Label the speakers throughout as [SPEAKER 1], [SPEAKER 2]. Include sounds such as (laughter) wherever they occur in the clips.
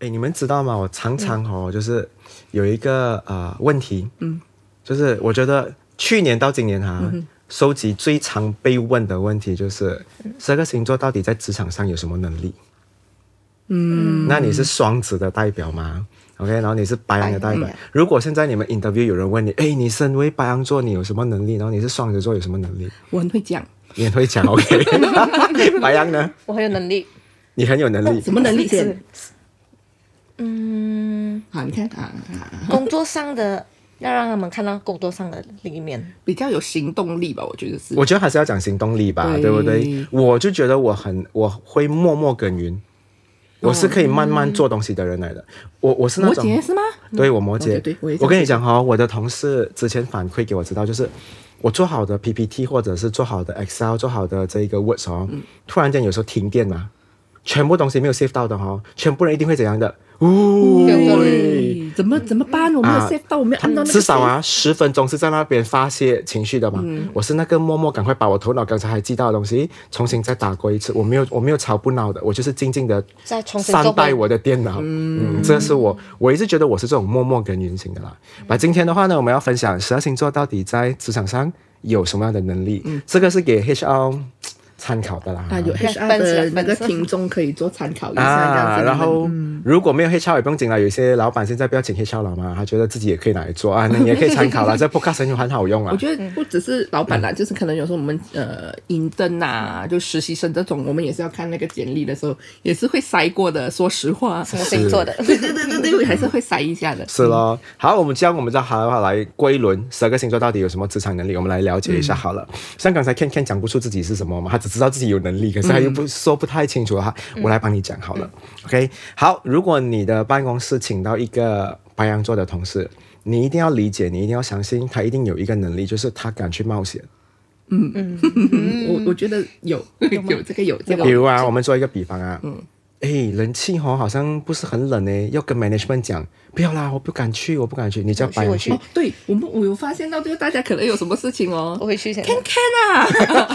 [SPEAKER 1] 哎，你们知道吗？我常常哦，就是有一个呃问题，嗯，就是我觉得去年到今年哈、收集最常被问的问题就是十二个星座到底在职场上有什么能力？嗯，那你是双子的代表吗？OK，然后你是白羊的代表。如果现在你们 interview 有人问你，哎，你身为白羊座你有什么能力？然后你是双子座有什么能力？
[SPEAKER 2] 我很会讲，
[SPEAKER 1] 你也会讲 (laughs) OK，白羊呢？
[SPEAKER 3] 我很有能力。
[SPEAKER 1] 你很有能力，
[SPEAKER 2] 什么能力先
[SPEAKER 3] 是？嗯，
[SPEAKER 2] 啊，你看啊啊，啊
[SPEAKER 3] 工作上的要让他们看到工作上的另一面。
[SPEAKER 2] 比较有行动力吧，我觉得是。
[SPEAKER 1] 我觉得还是要讲行动力吧，对
[SPEAKER 2] 对
[SPEAKER 1] 不对？我就觉得我很我会默默耕耘，我是可以慢慢做东西的人来的。我我是那
[SPEAKER 2] 哦摩
[SPEAKER 1] 种
[SPEAKER 2] 羯是吗？
[SPEAKER 1] 对我摩
[SPEAKER 2] 哦
[SPEAKER 1] 羯
[SPEAKER 2] 对对我也，是
[SPEAKER 1] 我跟你讲哦，我的同事之前反馈给我知道，就是我做好的 PPT 或者是做好的 Excel 做好的这一个 Word 哦，
[SPEAKER 2] 嗯
[SPEAKER 1] 突然间有时候停电嘛，全部东西没有 save 到的哦，全部人一定会怎样的？呜、
[SPEAKER 3] 对
[SPEAKER 2] 对，怎么怎么办？我没有
[SPEAKER 1] 啊
[SPEAKER 2] save 到，我没有按到那个。
[SPEAKER 1] 至少，啊，十分钟是在那边发泄情绪的嘛。我是那个默默赶快把我头脑刚才还记到的东西重新再打过一次，我没有我没有吵不闹的，我就是静静的
[SPEAKER 3] 再重新做
[SPEAKER 1] 善待
[SPEAKER 3] 回
[SPEAKER 1] 我的电脑。嗯，这是我我一直觉得我是这种默默耕耘型的啦。那今天的话呢，我们要分享十二星座到底在职场上有什么样的能力，这个是给 HR 参考的啦。
[SPEAKER 2] 啊，有 HR
[SPEAKER 3] 分析啊
[SPEAKER 2] 的那个
[SPEAKER 3] 分析
[SPEAKER 2] 听众可以做参考一下，这样
[SPEAKER 1] 啊，
[SPEAKER 2] 子。嗯
[SPEAKER 1] 然后如果没有黑超也不用紧了，有一些老板现在不要请黑超了嘛，他觉得自己也可以拿来做
[SPEAKER 2] (laughs)
[SPEAKER 1] 啊，那你也可以参考啦，这 podcast 很有很好用啊
[SPEAKER 2] 我。觉得不只是老板
[SPEAKER 1] 嗯
[SPEAKER 2] 啦，就是可能有时候我们呃，应征啊，就实习生这种，我们也是要看那个简历的时候，也是会筛过的。说实话，
[SPEAKER 3] 什么星座的？
[SPEAKER 2] 对对对对对，还是会筛一下的。
[SPEAKER 1] 是咯，好，我们这样我们再好好来归轮，十二个星座到底有什么职场能力，我们来了解一下好了。
[SPEAKER 2] 嗯
[SPEAKER 1] 像刚才 Ken Ken 讲不出自己是什么嘛，他只知道自己有能力，可是他又不、说不太清楚哈，
[SPEAKER 2] 嗯
[SPEAKER 1] 我来帮你讲好了。OK，好，如果你的办公室请到一个白羊座的同事，你一定要理解，你一定要相信他一定有一个能力，就是他敢去冒险。
[SPEAKER 2] 嗯我我觉得有有这个有这个
[SPEAKER 1] 比如啊，我们做一个比方啊，嗯，哎，人气哦，好像不是很冷诶，要跟 management 讲，不要啦，我不敢去，我不敢去，你叫白
[SPEAKER 3] 我
[SPEAKER 1] 羊
[SPEAKER 3] 去
[SPEAKER 1] 去
[SPEAKER 2] 哦，对我们我有发现到，就是大家可能有什么事情哦
[SPEAKER 3] 我，回去先
[SPEAKER 2] 看 (laughs) 看啊，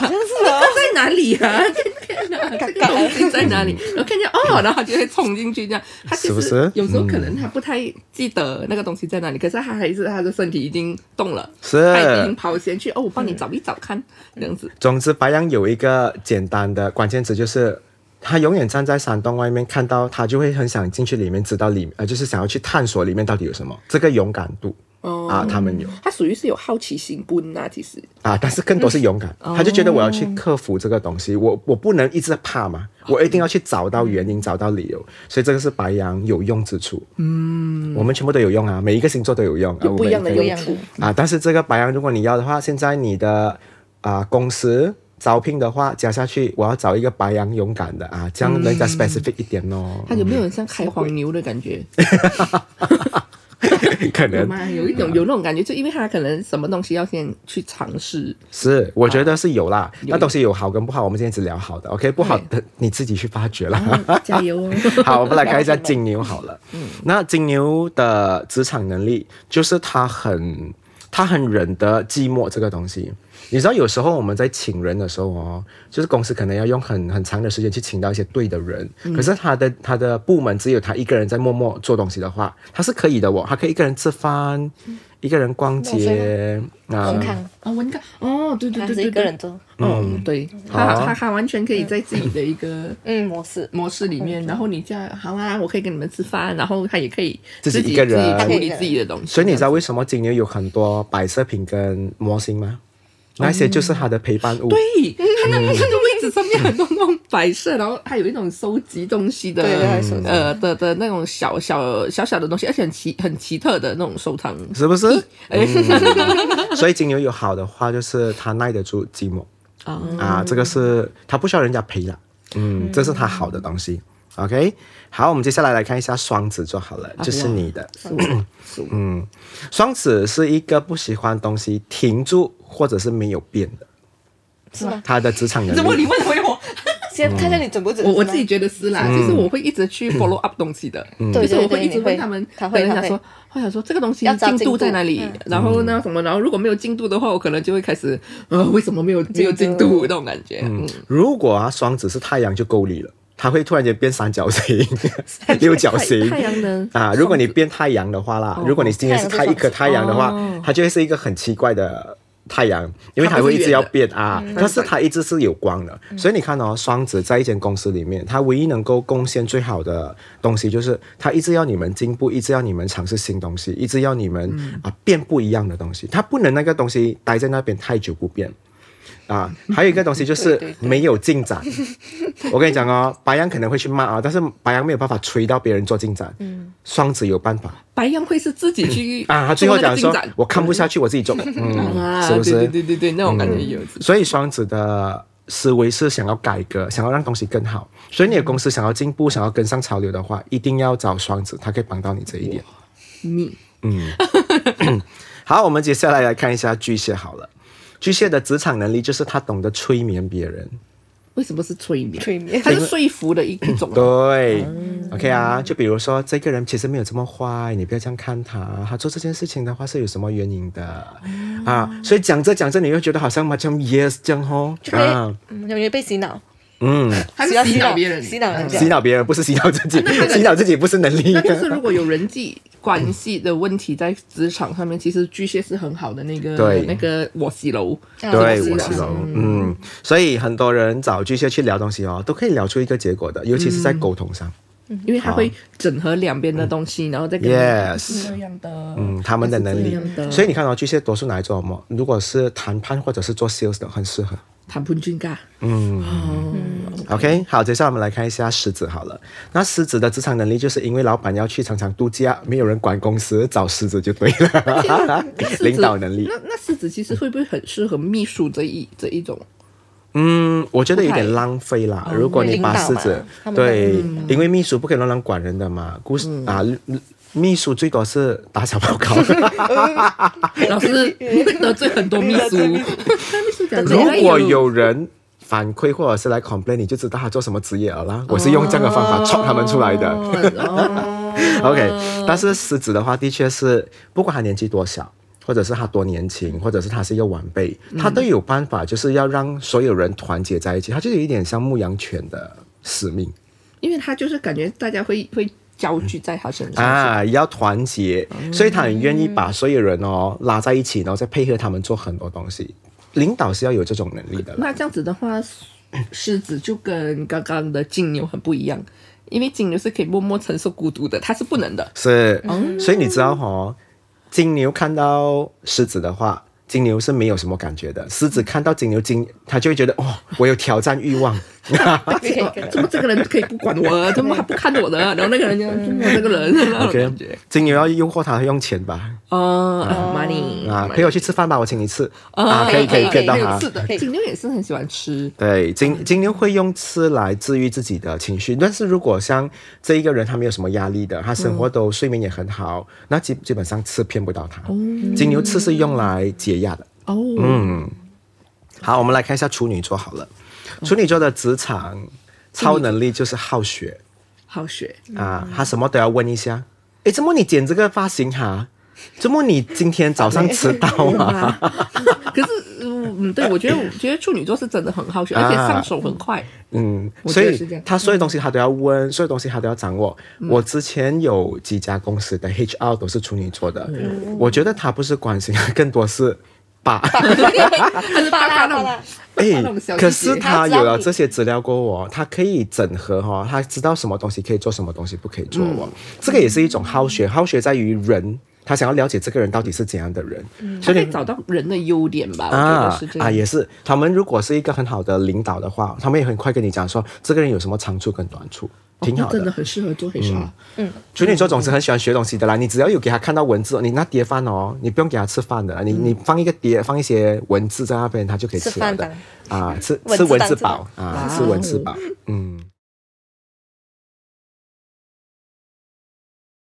[SPEAKER 2] 真是啊，在哪里 (laughs) 啊？看看啊，这个东西在哪里？然后看见哦，然后他就会冲进去这样。他其
[SPEAKER 1] 是不
[SPEAKER 2] 实
[SPEAKER 1] 是嗯
[SPEAKER 2] 有时候可能他不太记得那个东西在哪里，可是他还是他的身体已经动了，
[SPEAKER 1] 是
[SPEAKER 2] 他已经跑先去哦，我帮你找一找看，这样子。
[SPEAKER 1] 总之，白羊有一个简单的关键词，就是他永远站在山洞外面，看到他就会很想进去里面，知道里呃，就是想要去探索里面到底有什么。这个勇敢度
[SPEAKER 2] 哦
[SPEAKER 1] 啊，他们有
[SPEAKER 2] 他属于是有好奇心不呐，其实
[SPEAKER 1] 啊，但是更多是勇敢，
[SPEAKER 2] 嗯
[SPEAKER 1] 他就觉得我要去克服这个东
[SPEAKER 2] 哦
[SPEAKER 1] 西，我我不能一直怕嘛，我一定要去找到原因，找到理由。所以这个是白羊有用之处。嗯，我们全部都有用啊，每一个星座都有用，啊
[SPEAKER 2] 有不一样的
[SPEAKER 1] 我们
[SPEAKER 2] 用处
[SPEAKER 3] 不一样。
[SPEAKER 1] 啊，但是这个白羊，如果你要的话，现在你的啊、公司招聘的话加下去，我要找一个白羊勇敢的啊，这样人家 specific 一点哦。
[SPEAKER 2] 嗯他有没有很像开黄牛的感觉？
[SPEAKER 1] 嗯 (laughs) 可
[SPEAKER 2] 有
[SPEAKER 1] 能
[SPEAKER 2] 吗？有一种有那种感觉，就因为他可能什么东西要先去尝试，
[SPEAKER 1] 是，我觉得是有啦。
[SPEAKER 2] 啊有
[SPEAKER 1] 那东西有好跟不好，我们今天只聊好的，OK？不好的、你自己去发掘啦。
[SPEAKER 2] 加油 (laughs) 哦！
[SPEAKER 1] 好，我们来看一下金牛好了。那金牛的职场能力就是他很他很忍得寂寞这个东西。你知道，有时候我们在请人的时候哦，就是公司可能要用很很长的时间去请到一些对的人，可是他的他的部门只有他一个人在默默做东西的话，他是可以的哦，他可以一个人吃饭，一个人逛街啊
[SPEAKER 3] 文康，
[SPEAKER 2] 啊，文哥，哦，对对
[SPEAKER 3] 他
[SPEAKER 2] 对
[SPEAKER 3] 是
[SPEAKER 2] 对，
[SPEAKER 3] 一个
[SPEAKER 2] 对
[SPEAKER 3] 人嗯做，
[SPEAKER 2] 嗯，对，他
[SPEAKER 1] 好啊
[SPEAKER 2] 他他完全可以在自己的一个
[SPEAKER 3] 嗯，模式。
[SPEAKER 2] 模式里
[SPEAKER 3] 嗯
[SPEAKER 2] 面，然后你叫好啊，我可以跟你们吃饭，然后他也可以
[SPEAKER 1] 自己
[SPEAKER 2] 己
[SPEAKER 1] 一个人
[SPEAKER 2] 自己处理自己的东西。
[SPEAKER 1] 所以你知道为什么金牛有很多摆设品跟模型吗？那些就是他的陪伴物。
[SPEAKER 2] 对，他那个那个位置上面很多那种摆设，然后还有一种收集东西的，
[SPEAKER 3] 对对还有收集
[SPEAKER 2] 呃的的那种小小小小的东西，而且很奇很奇特的那种收藏。
[SPEAKER 1] 是不是？
[SPEAKER 2] 哎
[SPEAKER 1] 嗯、所以金牛有好的话，就是他耐得住寂寞
[SPEAKER 2] 啊，
[SPEAKER 1] 啊，这个是他不需要人家陪了，嗯，这是他好的东西。OK，好，我们接下来来看一下双子座好了，
[SPEAKER 2] 啊
[SPEAKER 1] 就是你的嗯
[SPEAKER 2] 是我是我
[SPEAKER 1] 双子是一个不喜欢东西停住或者是没有变的，
[SPEAKER 3] 是吗？
[SPEAKER 1] 他的职场
[SPEAKER 2] (laughs) 怎么
[SPEAKER 1] 能
[SPEAKER 2] 你
[SPEAKER 1] 力。
[SPEAKER 2] 问回我？
[SPEAKER 3] 先看一下你准不准。
[SPEAKER 2] 嗯我我自己觉得是啦，
[SPEAKER 1] 嗯
[SPEAKER 2] 就是我会一直去 follow up 东西的，
[SPEAKER 3] 对
[SPEAKER 2] 就是我
[SPEAKER 3] 对
[SPEAKER 2] 会
[SPEAKER 3] 对
[SPEAKER 2] 一直
[SPEAKER 3] 你会
[SPEAKER 2] 问他们，
[SPEAKER 3] 他会
[SPEAKER 2] 可能
[SPEAKER 3] 他
[SPEAKER 2] 想
[SPEAKER 3] 会
[SPEAKER 2] 说，会想说这个东西
[SPEAKER 3] 要找
[SPEAKER 2] 进
[SPEAKER 3] 进
[SPEAKER 2] 度
[SPEAKER 3] 度嗯
[SPEAKER 2] 在哪里，然后呢什么，然后如果没有进度的话，我可能就会开始，呃，为什么没有没有进度那种感觉，嗯，
[SPEAKER 1] 如果啊，双子是太阳就够力了，它会突然间变三角形、六角形
[SPEAKER 3] 太太阳能
[SPEAKER 1] 啊。如果你变太阳的话啦，如果你今天是太一颗太阳的话，它就会是一个很奇怪的。太阳，因为它会一直要变啊，
[SPEAKER 2] 嗯
[SPEAKER 1] 但是它一直是有光的，所以你看哦，双子在一间公司里面，它唯一能够贡献最好的东西就是它一直要你们进步，一直要你们尝试新东西，一直要你们
[SPEAKER 2] 嗯
[SPEAKER 1] 啊、变不一样的东西，它不能那个东西待在那边太久不变。啊，还有一个东西就
[SPEAKER 2] 嗯对
[SPEAKER 1] 是没有进
[SPEAKER 2] (laughs)
[SPEAKER 1] 展。我跟你讲哦，白羊可能会去骂啊，但是白羊没有办法催到别人做进展。
[SPEAKER 2] 嗯
[SPEAKER 1] 双子有办法
[SPEAKER 2] 白羊会是自己去
[SPEAKER 1] 啊，他最后
[SPEAKER 2] 做那
[SPEAKER 1] 讲
[SPEAKER 2] 个进
[SPEAKER 1] 说
[SPEAKER 2] 展
[SPEAKER 1] 我看不下去，我自己做，嗯，
[SPEAKER 2] (laughs) 啊，
[SPEAKER 1] 是不是？嗯
[SPEAKER 2] 对对对对对，那种感觉有。
[SPEAKER 1] 所以双子的思维是想要改革，想要让东西更好。所以你的公司想要进步，想要跟上潮流的话，一定要找双子，他可以帮到你这一点。嗯
[SPEAKER 2] 你
[SPEAKER 1] (laughs) 好，我们接下来来看一下巨蟹好了。巨蟹的职场能力就是他懂得催眠别人。
[SPEAKER 2] 为什么是催眠？
[SPEAKER 3] 催眠
[SPEAKER 2] 它是说服的一一种啊。
[SPEAKER 1] 嗯对、o k 啊，就比如说这个人其实没有这么坏，你不要这样看他，他做这件事情的话是有什么原因的、啊？所以讲着讲着，你会觉得好像 m a c yes 这样哦，
[SPEAKER 3] 就会
[SPEAKER 1] 啊，
[SPEAKER 3] 嗯感觉被洗脑，
[SPEAKER 1] 嗯，
[SPEAKER 2] 它是
[SPEAKER 3] 洗脑
[SPEAKER 2] 洗脑别人，
[SPEAKER 3] 洗脑人家
[SPEAKER 1] 洗脑别人不是洗脑自己，
[SPEAKER 2] (laughs) 那他的
[SPEAKER 1] 洗脑自己不是能力
[SPEAKER 2] 那。就是
[SPEAKER 1] (laughs)
[SPEAKER 2] 如果有人际关系的问题在职场上面，其实巨蟹是很好的那个
[SPEAKER 1] 对
[SPEAKER 2] 那个我洗楼，
[SPEAKER 3] 对
[SPEAKER 1] 对，
[SPEAKER 2] 这
[SPEAKER 1] 我
[SPEAKER 2] 个
[SPEAKER 1] 是龙，嗯，所以很多人找巨蟹去聊东西哦，都可以聊出一个结果的，尤其是在沟通上。
[SPEAKER 2] 因为它会整合两边的东西，然后再跟
[SPEAKER 1] 嗯 Yes
[SPEAKER 2] 这样的，
[SPEAKER 1] 嗯，他们的能力
[SPEAKER 2] 还是这样，的
[SPEAKER 1] 所以你看到、哦、巨蟹多数拿来做什么？如果是谈判或者是做 sales 的，很适合。
[SPEAKER 2] 谈判均价，
[SPEAKER 1] 嗯
[SPEAKER 2] 哦嗯
[SPEAKER 1] OK，好，接下来我们来看一下狮子好了。那狮子的职场能力，就是因为老板要去常常度假，没有人管公司，找狮子就对了。
[SPEAKER 2] 狮子
[SPEAKER 1] (laughs) 领导能力，
[SPEAKER 2] 那那狮子其实会不会很适合秘书这一这一 (laughs) 种？
[SPEAKER 1] 嗯，我觉得有点浪费啦。如果你把狮
[SPEAKER 3] 哦领
[SPEAKER 1] 子
[SPEAKER 3] 导嘛他们嗯会
[SPEAKER 1] 对，因为秘书不可以乱乱管人的嘛，故事、啊，秘书最多是打小报
[SPEAKER 3] (laughs)
[SPEAKER 1] 告。
[SPEAKER 2] 老师你会得罪很多秘书，秘书讲
[SPEAKER 1] 如 (laughs) 果有人反馈或者是来 complain，你就知道他做什么职业了
[SPEAKER 3] 哦
[SPEAKER 1] 啦。我是用这样的方法冲他们出来的。OK，但是狮子的话，的确是不管他年纪多小，或者是他多年轻，或者是他是一个晚辈，他
[SPEAKER 3] 嗯
[SPEAKER 1] 都有办法，就是要让所有人团结在一起。他就有一点像牧羊犬的使命
[SPEAKER 2] 因为他就是感觉大家会会焦聚在他身上，
[SPEAKER 1] 啊，要团结，所以他很愿意把所有人哦拉在一起，然后再配合他们做很多东西。领导是要有这种能力的啦。
[SPEAKER 2] 那这样子的话，狮子就跟刚刚的金牛很不一样，因为金牛是可以默默承受孤独的，它是不能的。
[SPEAKER 1] 是，
[SPEAKER 3] 嗯
[SPEAKER 1] 所以你知道哦，金牛看到狮子的话，金牛是没有什么感觉的。狮子看到金牛，金他就会觉得哦，我有挑战欲
[SPEAKER 3] (laughs)
[SPEAKER 1] 望。 (laughs)
[SPEAKER 3] 可以
[SPEAKER 2] 哦
[SPEAKER 3] 可以
[SPEAKER 2] 怎么这个人可以不管我？怎么他不看我的？然后那个人就怎么这
[SPEAKER 1] (laughs)
[SPEAKER 2] 个人那种
[SPEAKER 1] 嗯 OK，
[SPEAKER 2] 感觉。
[SPEAKER 1] 金牛要诱惑他用钱吧，
[SPEAKER 2] 哦，money
[SPEAKER 1] 啊，陪我去吃饭吧，我请你吃啊，可
[SPEAKER 3] 嗯哦可
[SPEAKER 1] 以
[SPEAKER 3] 以
[SPEAKER 1] 可以
[SPEAKER 3] 嗯可以
[SPEAKER 1] 骗到
[SPEAKER 3] 可以
[SPEAKER 1] 他。
[SPEAKER 2] 是的，
[SPEAKER 3] (laughs)
[SPEAKER 2] 金牛也是很喜欢吃。
[SPEAKER 1] 对，金金牛会用吃来治愈自己的情绪，但是如果像这一个人，他没有什么压力的，他生活都、睡眠也很好，那基基本上吃骗不到他。金牛吃是用来解压的。
[SPEAKER 2] 哦，
[SPEAKER 1] 嗯好，我们来看一下处女座好了。处女座的职场超能力就是好学
[SPEAKER 2] 好学，
[SPEAKER 1] 啊，他什么都要问一下。诶，怎么你剪这个发型哈、怎么你今天早上迟到啊？
[SPEAKER 2] 可是嗯，对我觉得我觉得处女座是真的很好学，而且上手很快。
[SPEAKER 1] 嗯，
[SPEAKER 2] 我
[SPEAKER 1] 所
[SPEAKER 2] 觉得
[SPEAKER 1] 以
[SPEAKER 2] 是这样嗯
[SPEAKER 1] 他所有东西他都要问，所有东西他都要掌握。我之前有几家公司的 HR 都是处女座的，
[SPEAKER 2] 嗯
[SPEAKER 1] 我觉得他不是关心，更多是把。
[SPEAKER 2] 他是
[SPEAKER 3] 巴
[SPEAKER 2] 大那
[SPEAKER 3] 拉巴
[SPEAKER 2] 种
[SPEAKER 3] 拉，
[SPEAKER 1] (laughs) 哎
[SPEAKER 2] 那种小，细节
[SPEAKER 1] 可是他有了这些资料过后哦，他可以整合哈、哦，他知道什么东西可以做，什么东西不可以做
[SPEAKER 2] 嗯
[SPEAKER 1] 哦。这个也是一种好学，好学在于人，他想要了解这个人到底是怎样的人，
[SPEAKER 2] 嗯他
[SPEAKER 1] 所以
[SPEAKER 2] 可
[SPEAKER 1] 你
[SPEAKER 2] 以找到人的优点吧？我觉得
[SPEAKER 1] 啊
[SPEAKER 2] 是这
[SPEAKER 1] 啊
[SPEAKER 2] 样。
[SPEAKER 1] 也是，他们如果是一个很好的领导的话，他们也很快跟你讲说这个人有什么长处跟短处，挺
[SPEAKER 2] 哦那
[SPEAKER 1] 好
[SPEAKER 2] 真
[SPEAKER 1] 的嗯
[SPEAKER 2] 的。很适合做 HR。
[SPEAKER 1] 处女座总是很喜欢学东西的啦，你只要有给他看到文字哦，你那碟饭哦，你不用给他吃饭的，你你放一个碟，放一些文字在那边，他就可以
[SPEAKER 3] 嗯吃
[SPEAKER 1] 吃了
[SPEAKER 3] 饭
[SPEAKER 1] 的
[SPEAKER 3] 吧
[SPEAKER 1] 啊，吃吃
[SPEAKER 3] 文字
[SPEAKER 1] 文
[SPEAKER 3] 档
[SPEAKER 1] 字
[SPEAKER 3] 是吧
[SPEAKER 1] 饱啊，吃文字饱，嗯。